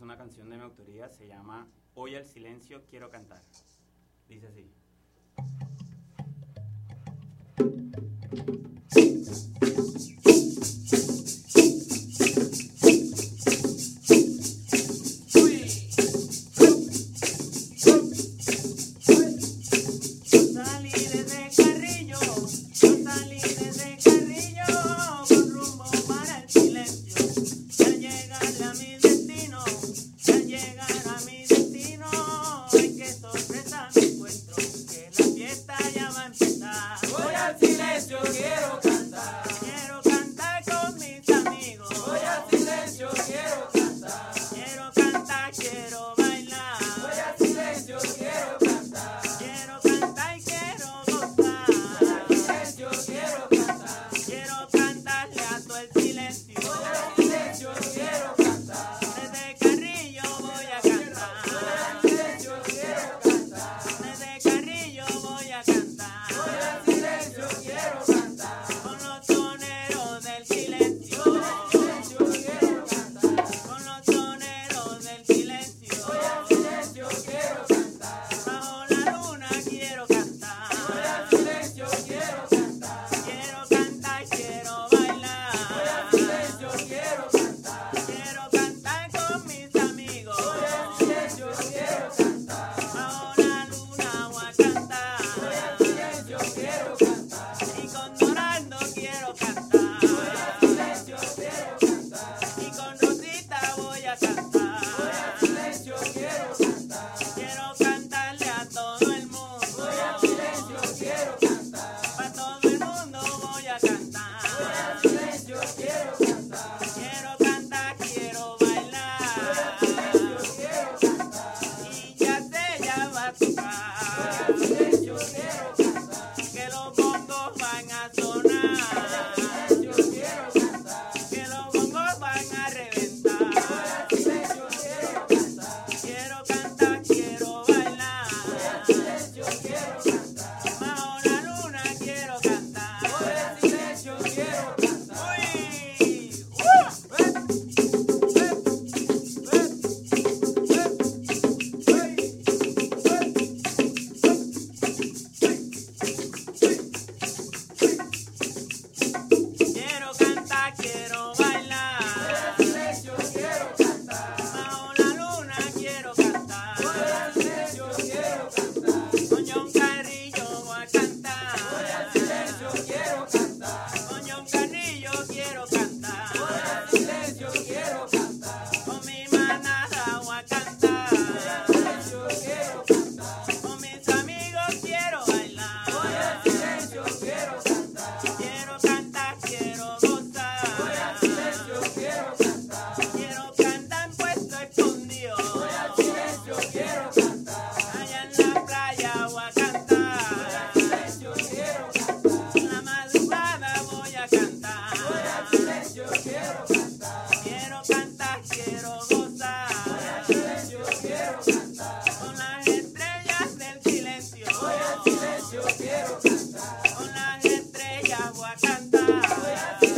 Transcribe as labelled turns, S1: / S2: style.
S1: una canción de mi autoría, se llama Hoy al silencio quiero cantar. Dice así.
S2: Salí desde Carrillo, yo salí desde Carrillo, con rumbo para el silencio. Al llegar a mi destino, al llegar a mi destino, ay qué sorpresa me encuentro, que la fiesta ya va a empezar.
S3: Voy al silencio, quiero cantar.
S2: Quiero cantar con mis amigos,
S3: Voy al silencio, quiero cantar.
S2: quiero cantar, quiero
S3: Voy
S2: bailar,
S3: al silencio, quiero cantar.
S2: quiero cantar y quiero gozar.
S3: Voy al silencio, quiero cantar.
S2: Quiero cantarle a todo el silencio.
S3: Voy al silencio, quiero cantar.
S2: Desde Carrillo voy a
S3: Voy al
S2: cantar.
S3: silencio, quiero cantar.
S2: Desde Carrillo voy a cantar.
S3: Voy al silencio, quiero cantar.
S2: Con los soneros del silencio.
S3: Silencio, quiero cantar.
S2: Con los soneros del silencio.
S3: Silencio, quiero cantar.
S2: Bajo la luna quiero cantar.
S3: Silencio, quiero cantar.
S2: Quiero cantar, quiero bailar.
S3: Silencio, quiero cantar.
S2: Quiero cantar con mis amigos.
S3: Silencio, quiero cantar.
S2: Bajo la luna voy a cantar.
S3: Silencio, quiero cantar.
S2: Y con Dorando quiero cantar.
S3: Silencio, quiero cantar.
S2: Y con Rosita voy a cantar.
S3: Silencio, quiero cantar.
S2: Quiero cantarle a todo el mundo.
S3: Silencio, quiero cantar.
S2: A todo el mundo voy a cantar.
S3: Silencio, quiero cantar.
S2: Quiero cantar, quiero bailar.
S3: Quiero cantar.
S2: Y ya sé, ya va a tocar.
S3: Silencio, quiero cantar.
S2: Que los bongos van a sonar.
S3: Silencio, quiero cantar.
S2: Que los bongos van a reventar.
S3: Silencio, quiero cantar.
S2: Quiero cantar, quiero bailar.
S3: Silencio, quiero cantar.
S2: Bajo la luna quiero cantar.
S3: Silencio, quiero cantar.
S2: Uy, uh, Quiero cantar, quiero bailar.
S3: Silencio, quiero cantar.
S2: Bajo la luna quiero cantar.
S3: Silencio, quiero cantar.
S2: Con John Carrillo voy a cantar.
S3: Silencio, quiero cantar.
S2: Con John Carrillo quiero cantar.
S3: Silencio, quiero cantar.
S2: Con mi manada voy a cantar.
S3: Silencio, quiero cantar.
S2: Con mis amigos quiero bailar.
S3: Silencio, quiero cantar.
S2: Quiero cantar, quiero gozar.
S3: Silencio, quiero cantar.
S2: Quiero cantar en puesto escondido.
S3: Silencio, quiero cantar.
S2: Allá en la playa voy a cantar.
S3: Silencio, quiero cantar.
S2: En la madrugada voy a cantar.
S3: Silencio, quiero cantar.
S2: Quiero cantar, quiero gozar.
S3: Silencio, quiero cantar.
S2: Con las estrellas del silencio.
S3: Silencio, quiero cantar.
S2: Con las estrellas voy a cantar.